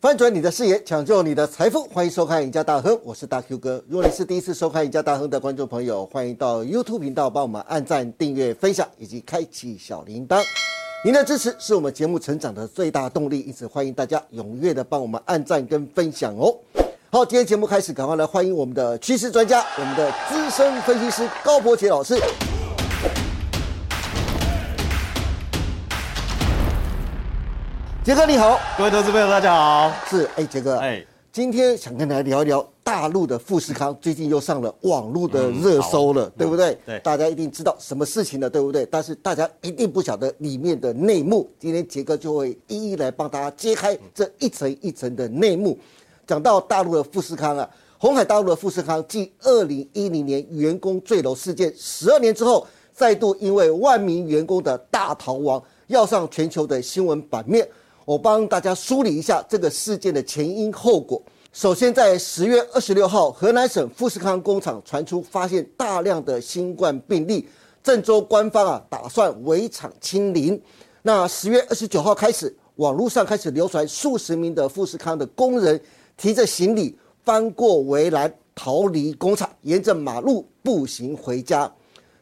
翻转你的视野，抢救你的财富，欢迎收看《赢家大亨》，我是大 Q 哥。如果你是第一次收看《赢家大亨》的观众朋友，欢迎到 YouTube 频道帮我们按赞、订阅、分享以及开启小铃铛。您的支持是我们节目成长的最大动力，因此欢迎大家踊跃的帮我们按赞跟分享哦。好，今天节目开始，赶快来欢迎我们的趋势专家，我们的资深分析师高博杰老师。杰哥你好。各位投资朋友，大家好。是，哎，杰哥，哎哎，今天想跟大家聊一聊大陆的富士康，最近又上了网络的热搜了，对不对？对大家一定知道什么事情了，对不对？但是大家一定不晓得里面的内幕，今天杰哥就会一一来帮大家揭开这一层一层的内幕。讲到大陆的富士康啊，红海大陆的富士康继二零一零年员工坠楼事件十二年之后，再度因为万名员工的大逃亡，要上全球的新闻版面。我帮大家梳理一下这个事件的前因后果。首先，在十月二十六号，河南省富士康工厂传出发现大量的新冠病例，郑州官方啊打算围场清零。那十月二十九号开始，网络上开始流传数十名的富士康的工人提着行李翻过围栏逃离工厂，沿着马路步行回家。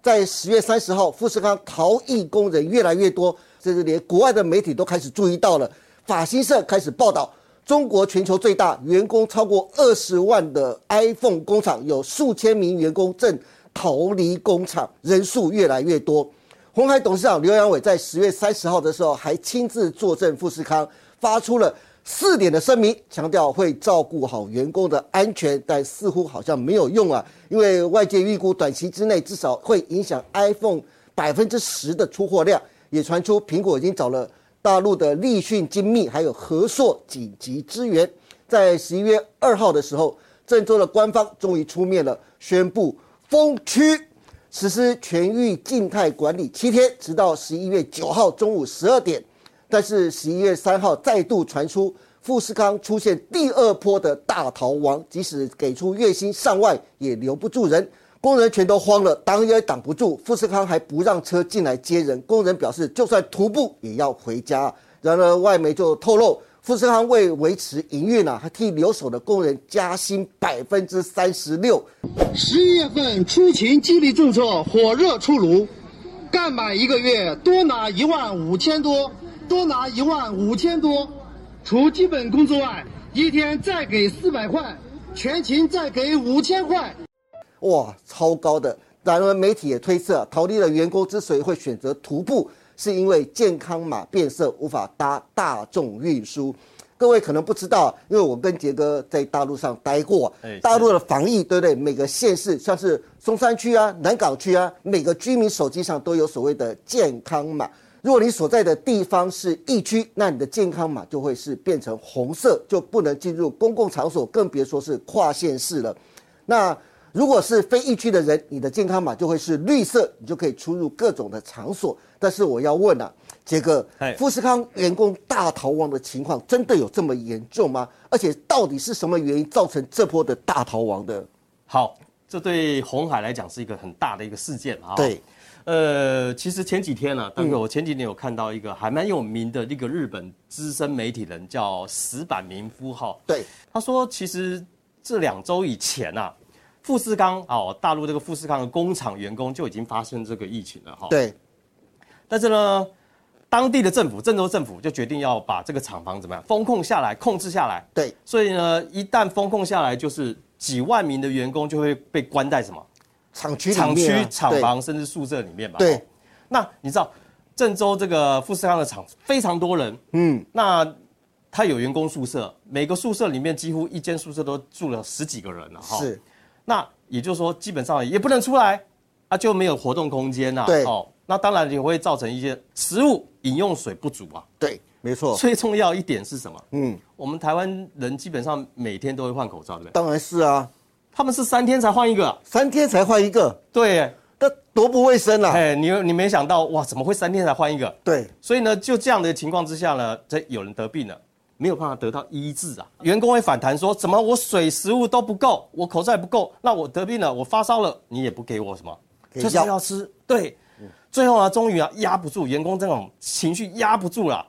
在十月三十号，富士康逃逸工人越来越多，甚至连国外的媒体都开始注意到了。法新社开始报道，中国全球最大、员工超过二十万的 iPhone 工厂，有数千名员工正逃离工厂，人数越来越多。红海董事长刘阳伟在十月三十号的时候，还亲自坐镇富士康，发出了四点的声明，强调会照顾好员工的安全，但似乎好像没有用啊，因为外界预估短期之内至少会影响 iPhone 百分之十的出货量，也传出苹果已经找了大陆的立讯精密还有和硕紧急支援。在十一月二号的时候，郑州的官方终于出面了，宣布封区。实施全域静态管理七天，直到十一月九号中午十二点。但是十一月三号再度传出富士康出现第二波的大逃亡，即使给出月薪上万也留不住人，工人全都慌了，挡也挡不住。富士康还不让车进来接人，工人表示就算徒步也要回家。然而外媒就透露，富士康为维持营运啊，还替留守的工人加薪百分之三十六。十一月份出勤激励政策火热出炉，干满一个月多拿一万五千多，多拿一万五千多，除基本工资外，一天再给四百块，全勤再给五千块。哇，超高的。然而，媒体也推测、啊，逃离的员工之所以会选择徒步，是因为健康码变色，无法搭大众运输。各位可能不知道啊，因为我跟杰哥在大陆上待过啊哎，是大陆的防疫，对不对？每个县市，像是松山区啊、南港区啊，每个居民手机上都有所谓的健康码。如果你所在的地方是疫区，那你的健康码就会是变成红色，就不能进入公共场所，更别说是跨县市了。那如果是非疫区的人，你的健康码就会是绿色，你就可以出入各种的场所。但是我要问啊，杰哥嗨，富士康员工大逃亡的情况真的有这么严重吗？而且到底是什么原因造成这波的大逃亡的？好，这对红海来讲是一个很大的一个事件啊。对，呃，其实前几天呢、啊，大哥，我前几天有看到一个还蛮有名的一个日本资深媒体人叫石坂明夫哈，对，他说其实这两周以前啊，富士康哦，大陆这个富士康的工厂员工就已经发生这个疫情了哈。对，但是呢，当地的政府，郑州政府就决定要把这个厂房怎么样封控下来，控制下来。对，所以呢，一旦封控下来，就是几万名的员工就会被关在什么厂区里厂区面啊、、厂对，房，甚至宿舍里面吧。对哦。那你知道郑州这个富士康的厂非常多人，嗯，那他有员工宿舍，每个宿舍里面几乎一间宿舍都住了十几个人了啊哈。是，那也就是说，基本上也不能出来，啊，就没有活动空间呐、对哦，那当然也会造成一些食物、饮用水不足啊。对，没错，最重要一点是什么？嗯，我们台湾人基本上每天都会换口罩，对不对？当然是啊，他们是三天才换一个啊，三天才换一个，对，那多不卫生啊！哎，你你没想到哇，怎么会三天才换一个？对，所以呢，就这样的情况之下呢，这有人得病了，没有办法得到医治啊。员工会反弹说：怎么我水、食物都不够，我口罩也不够，那我得病了，我发烧了，你也不给我什么，给就是药要吃。对，最后呢，终于啊压不啊住员工这种情绪，压不住了，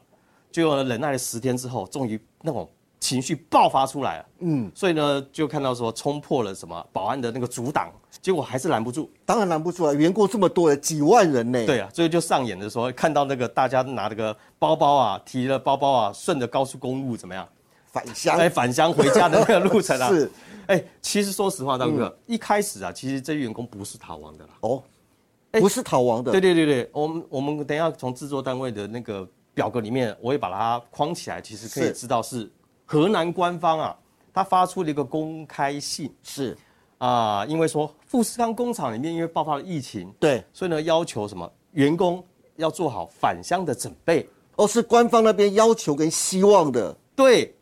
就忍耐了十天之后，终于那种情绪爆发出来了。嗯，所以呢，就看到说冲破了什么保安的那个阻挡，结果还是拦不住。当然拦不住啊，员工这么多人，几万人呢。对啊，所以就上演的时候，看到那个大家拿那个包包啊，提了包包啊，顺着高速公路怎么样？返乡哎，返乡回家的那个路程啊。 是，嗯哎，其实说实话，当哥、一开始啊，其实这些员工不是逃亡的啦。哦，不是逃亡的，哎对对对对，我们我们等一下从制作单位的那个表格里面，我也把它框起来，其实可以是知道是河南官方啊，他发出了一个公开信是，啊、因为说富士康工厂里面因为爆发了疫情，对，所以呢要求什么员工要做好返乡的准备，哦，是官方那边要求跟希望的，对，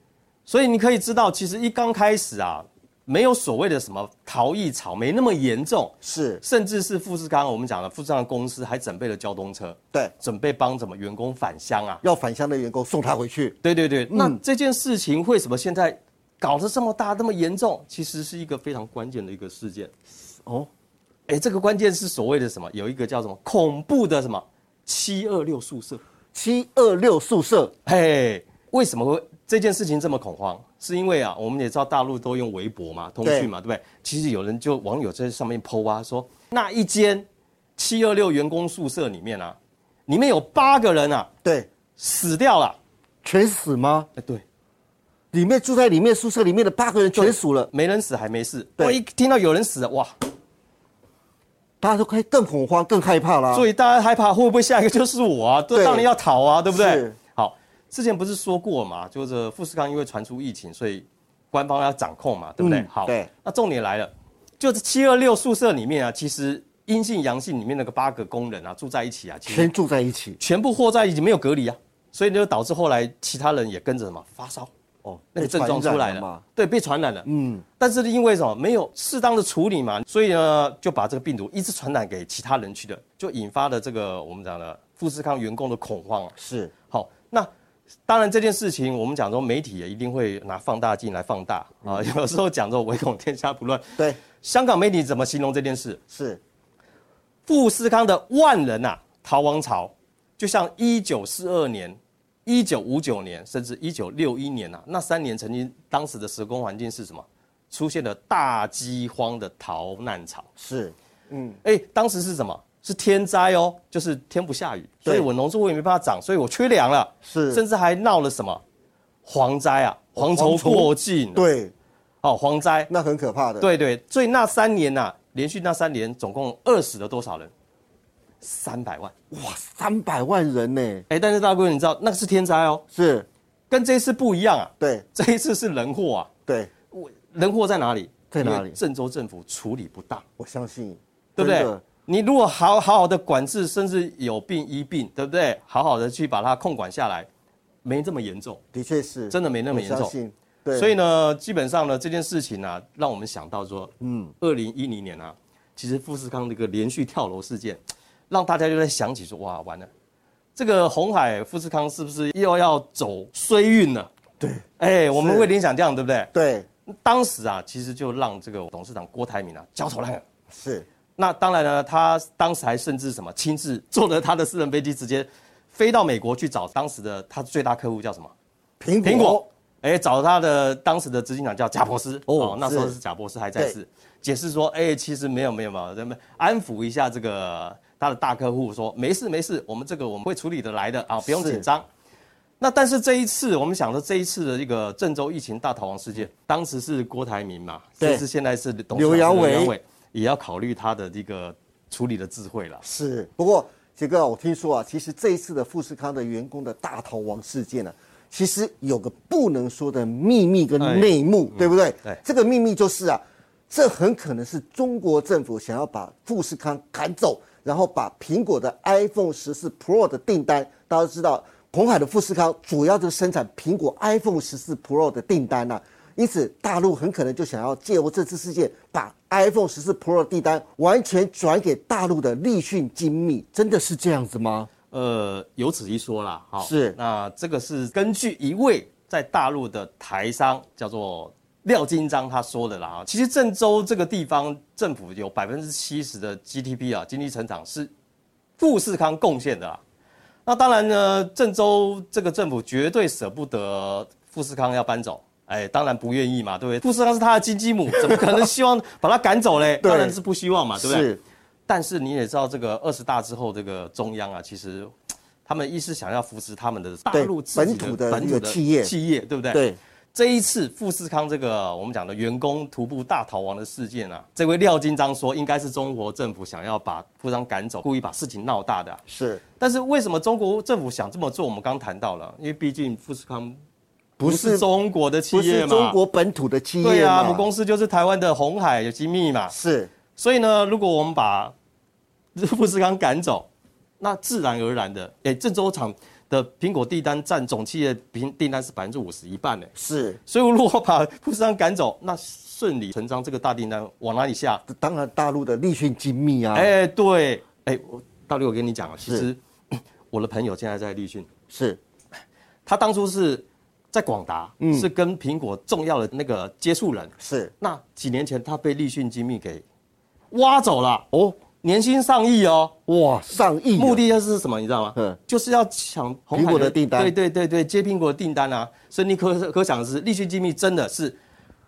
所以你可以知道，其实一刚开始啊，没有所谓的什么逃逸潮，没那么严重，是甚至是富士康我们讲了，富士康公司还准备了交通车，对，准备帮怎么员工返乡啊。要返乡的员工送他回去，对对对，那这件事情为什么现在搞得这么大、那么严重？其实是一个非常关键的一个事件。哦，哎，这个关键是所谓的什么？有一个叫什么恐怖的什么七二六宿舍。七二六宿舍嘿，为什么会这件事情这么恐慌？是因为啊，我们也知道大陆都用微博嘛、通讯嘛，对不对？其实有人就网友在上面剖啊，说那一间七二六员工宿舍里面啊，里面有八个人啊对，死掉了。全死吗？哎，对，里面住在里面宿舍里面的八个人全死了，没人死还没事。哦对我一听到有人死，哇，大家都开更恐慌、更害怕啦。所以大家害怕会不会下一个就是我啊？对，对当然要逃啊，对不对是？好，之前不是说过嘛，就是富士康因为传出疫情，所以官方要掌控嘛，对不对？嗯好，对。那重点来了，就是七二六宿舍里面啊，其实阴性阳性里面那个八个工人啊住在一起啊，其实全住在一起，全部和在一起，没有隔离啊，所以就导致后来其他人也跟着什么发烧。哦，那个被症状传染出来了了嘛？，对，被传染了。嗯，但是因为什么没有适当的处理嘛，所以呢就把这个病毒一直传染给其他人去了，就引发了这个我们讲的富士康员工的恐慌啊。是好，那当然这件事情我们讲说媒体也一定会拿放大镜来放大啊，有时候讲说唯恐天下不乱。对，香港媒体怎么形容这件事？是富士康的万人啊逃亡潮，就像一九四二年、一九五九年，甚至一九六一年啊，那三年曾经当时的时空环境是什么？出现了大饥荒的逃难潮。是，哎，当时是什么？是天灾哦，就是天不下雨，对所以我农作物也没办法长，所以我缺粮了，是甚至还闹了什么蝗灾啊，蝗蝗虫虫过境，，啊对，哦，蝗灾，那很可怕的。，对对，所以那三年呐、连续那三年，总共饿死了多少人？三百万。哇，三百万人呢，哎，但是大哥，你知道那个是天灾哦，是，跟这一次不一样啊。对这一次是人祸啊，对，人祸在哪里？在哪里因为郑州政府处理不当，我相信，对不真对的？你如果好好好的管制，甚至有病医病，对不对？好好的去把它控管下来，没这么严重。的确是，真的没那我么严重相信，对，所以呢，基本上呢，这件事情呢、啊，让我们想到说，嗯，二零一零年啊，其实富士康的一个连续跳楼事件，让大家就在想起说，哇，完了，这个红海富士康是不是又要走衰运了？对，哎，我们是会联想这样，对不对？对，当时啊，其实就让这个董事长郭台铭啊焦头烂额。是那当然呢，他当时还甚至什么亲自坐着他的私人飞机，直接飞到美国去找当时的他最大客户叫什么？苹苹果，哎，找他的当时的执行长叫贾博士，哦哦，那时候是是贾博士还在对世，解释说，哎，其实没有没有没有，咱们安抚一下这个他的大客户，说没事没事，我们这个我们会处理的来的啊，不用是紧张。那但是这一次，我们想说这一次的这个郑州疫情大逃亡事件，当时是郭台铭嘛，嗯对甚至现在是董事长刘扬伟刘也要考虑他的这个处理的智慧了。是，不过杰哥啊，我听说啊，其实这一次的富士康的员工的大逃亡事件呢、啊其实有个不能说的秘密跟哎内幕，对不对？对这个秘密就是啊，这很可能是中国政府想要把富士康赶走，然后把苹果的 iPhone 十四 Pro 的订单，大家都知道，红海的富士康主要就是生产苹果 iPhone 十四 Pro 的订单呐、因此，大陆很可能就想要借由这次事件，把 iPhone 十四 Pro 的订单完全转给大陆的立讯精密，真的是这样子吗？呃，有此一说啦，哈、是那这个是根据一位在大陆的台商叫做廖金章他说的啦，哈，其实郑州这个地方政府有百分之七十的 GDP 啊，经济成长是富士康贡献的啦。那当然呢，郑州这个政府绝对舍不得富士康要搬走，哎，当然不愿意嘛，对不对？富士康是他的金鸡母，怎么可能希望把他赶走 嘞？对当然是不希望啊嘛，对不对？是但是你也知道，这个二十大之后，这个中央啊，其实他们一是想要扶持他们的大陆对自己本土的本那土个企业企业对不对？对。这一次富士康这个我们讲的员工徒步大逃亡的事件啊，这位廖金章说，应该是中国政府想要把富士康赶走，故意把事情闹大的啊、是但是为什么中国政府想这么做？我们刚谈到了，因为毕竟富士康不不是是中国的企不业是嘛，中国本土的企业对啊，嘛母公司就是台湾的红海有机密嘛。是所以呢，如果我们把 富士康赶走，那自然而然的，哎，郑州厂的苹果订单占总企业平订单是百分之五十一半呢。是，所以如果把富士康赶走，那顺理成章这个大订单往哪里下？当然大陆的立讯精密啊，哎，对，哎，我大陆我跟你讲啊，其是实 我的朋友现在在立讯，是他当初是在广达，嗯是跟苹果重要的那个接触人。是那几年前他被立讯精密给挖走了哦，年薪上亿哦，哇上亿啊，目的就是什么，你知道吗？嗯就是要抢红海苹果的订单对对对对，接苹果的订单啊！所以你可可想而知，立讯精密真的是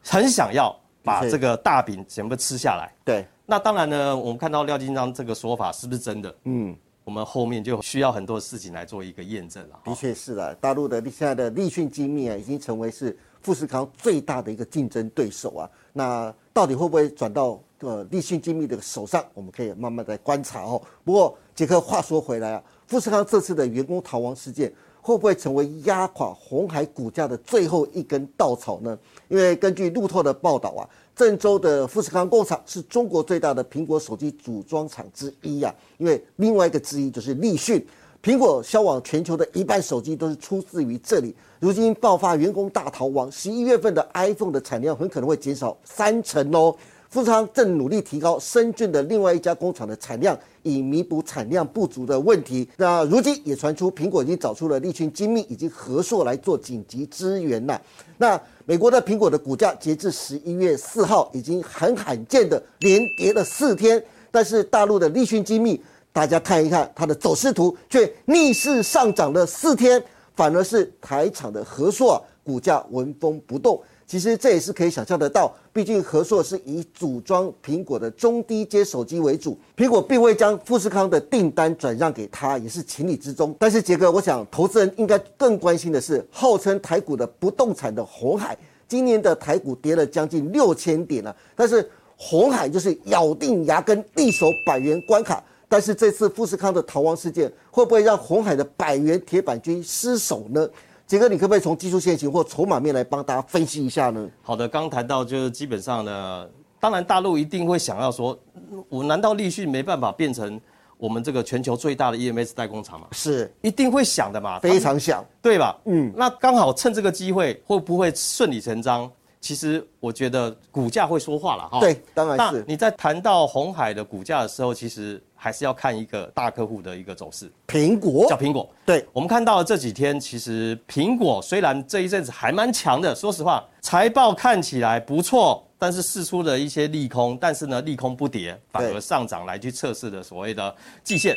很想要把对这个大饼全部吃下来。对那当然呢，我们看到廖金章这个说法是不是真的？嗯，我们后面就需要很多事情来做一个验证了。的确是啦、大陆的现在的立讯精密啊，已经成为是富士康最大的一个竞争对手啊。那到底会不会转到呃立讯精密的手上？我们可以慢慢来观察哦。不过杰克话说回来啊，富士康这次的员工逃亡事件。会不会成为压垮红海股价的最后一根稻草呢？因为根据路透的报道啊，郑州的富士康工厂是中国最大的苹果手机组装厂之一啊。因为另外一个之一就是立讯，苹果销往全球的一半手机都是出自于这里。如今爆发员工大逃亡，十一月份的 iPhone 的产量很可能会减少三成哦。富士康正努力提高深圳的另外一家工厂的产量，以弥补产量不足的问题。那如今也传出苹果已经找出了利群精密以及和硕来做紧急支援了。那美国的苹果的股价截至十一月四号已经很罕见的连跌了四天，但是大陆的利群精密，大家看一看它的走势图，却逆势上涨了四天。反而是台厂的和硕、啊、股价纹风不动。其实这也是可以想象得到，毕竟和硕是以组装苹果的中低阶手机为主，苹果并未将富士康的订单转让给他，也是情理之中。但是杰哥，我想投资人应该更关心的是，号称台股的不动产的红海，今年的台股跌了将近六千点了、但是红海就是咬定牙根力守百元关卡，但是这次富士康的逃亡事件，会不会让红海的百元铁板军失守呢？杰哥，你可不可以从技术线型或筹码面来帮大家分析一下呢？好的，刚谈到就是基本上呢，当然大陆一定会想要说，嗯我难道立讯没办法变成我们这个全球最大的 EMS 代工厂吗？是一定会想的嘛，非常想，对吧？嗯，那刚好趁这个机会，会不会顺理成章？其实我觉得股价会说话了哈。对当然那是你在谈到红海的股价的时候，其实还是要看一个大客户的一个走势，苹果叫苹果。对我们看到这几天，其实苹果虽然这一阵子还蛮强的，说实话，财报看起来不错，但是试出了一些利空，但是呢，利空不跌，反对而上涨来去测试的所谓的季线。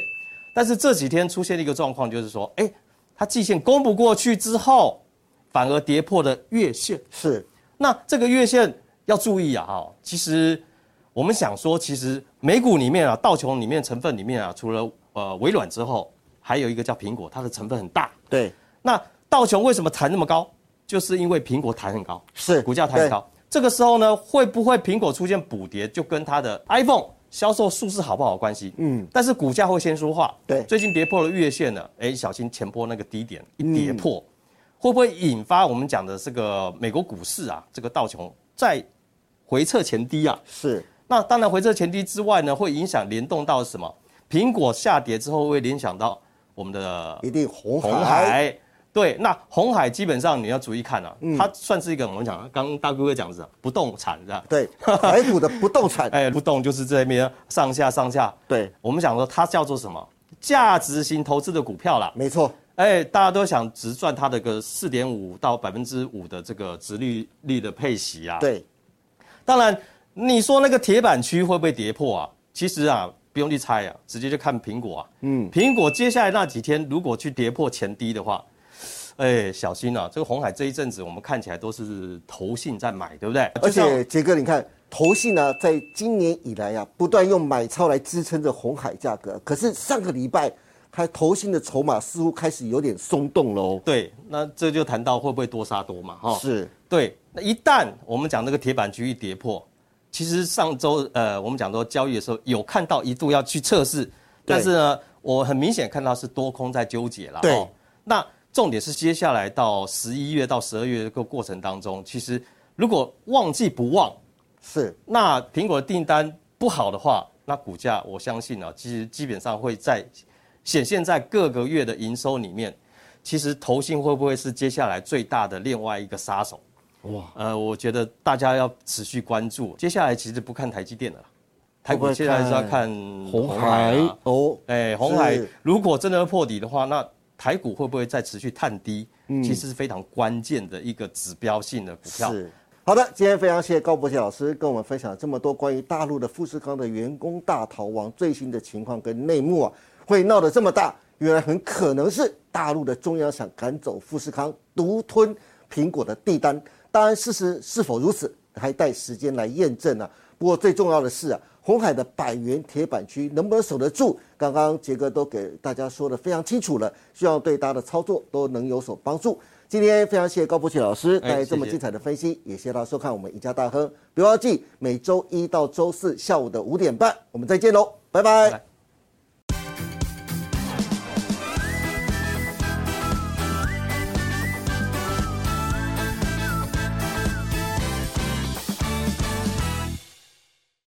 但是这几天出现了一个状况，就是说，哎，它季线攻不过去之后，反而跌破了月线。是那这个月线要注意啊，哈，其实我们想说，其实美股里面啊，道琼里面成分里面啊，除了呃微软之后，还有一个叫苹果，它的成分很大。对那道琼为什么弹那么高？就是因为苹果弹很高，是股价弹很高。这个时候呢，会不会苹果出现补跌，就跟它的 iPhone 销售数字好不好有关系？嗯，但是股价会先说话。对最近跌破了月线了，哎，小心前波那个低点一跌嗯破，会不会引发我们讲的这个美国股市啊，这个道琼在回撤前低啊？是那当然，回撤前提之外呢，会影响联动到什么？苹果下跌之后会联想到我们的一定红海红海。对，那红海基本上你要注意看啊，它算是一个我们讲，刚刚大哥哥讲的不动产是吧？对台股的不动 产，哎，不动就是这边上下上下。对，我们想说它叫做什么？价值型投资的股票啦。没错，哎，大家都想只赚它的个四点五到百分之五的这个殖利率的配息啊。对当然，你说那个铁板区会不会跌破啊？其实啊，不用去猜啊，直接就看苹果啊。嗯，苹果接下来那几天如果去跌破前低的话，哎，小心啊！这个红海这一阵子，我们看起来都是投信在买，对不对？而啊就像且杰哥，你看投信呢、在今年以来啊，不断用买超来支撑着红海价格。可是上个礼拜，还投信的筹码似乎开始有点松动哦喽。对，那这就谈到会不会多杀多嘛，哈、是，对，那一旦我们讲那个铁板区域跌破，其实上周呃，我们讲说交易的时候有看到一度要去测试，但是呢，我很明显看到是多空在纠结了。哦对那重点是接下来到十一月到十二月这个过程当中，其实如果旺季不旺，是那苹果的订单不好的话，那股价我相信啊，其实基本上会在显现在各个月的营收里面。其实投信会不会是接下来最大的另外一个杀手？哇，呃，我觉得大家要持续关注。接下来其实不看台积电了啦，台股现在是要看红啊海哦，哎，红海是如果真的破底的话，那台股会不会再持续探低？嗯其实是非常关键的一个指标性的股票。是。好的，今天非常谢谢高博杰老师跟我们分享了这么多关于大陆的富士康的员工大逃亡最新的情况跟内幕啊，会闹得这么大，原来很可能是大陆的中央想赶走富士康，独吞苹果的订单。当然，事实是否如此，还待时间来验证啊。不过最重要的是啊，红海的百元铁板区能不能守得住？刚刚杰哥都给大家说的非常清楚了，希望对大家的操作都能有所帮助。今天非常谢谢高博奇老师哎带来这么谢谢精彩的分析，也谢谢大家收看我们赢家大亨。不要忘记每周一到周四下午的五点半，我们再见喽，拜拜拜拜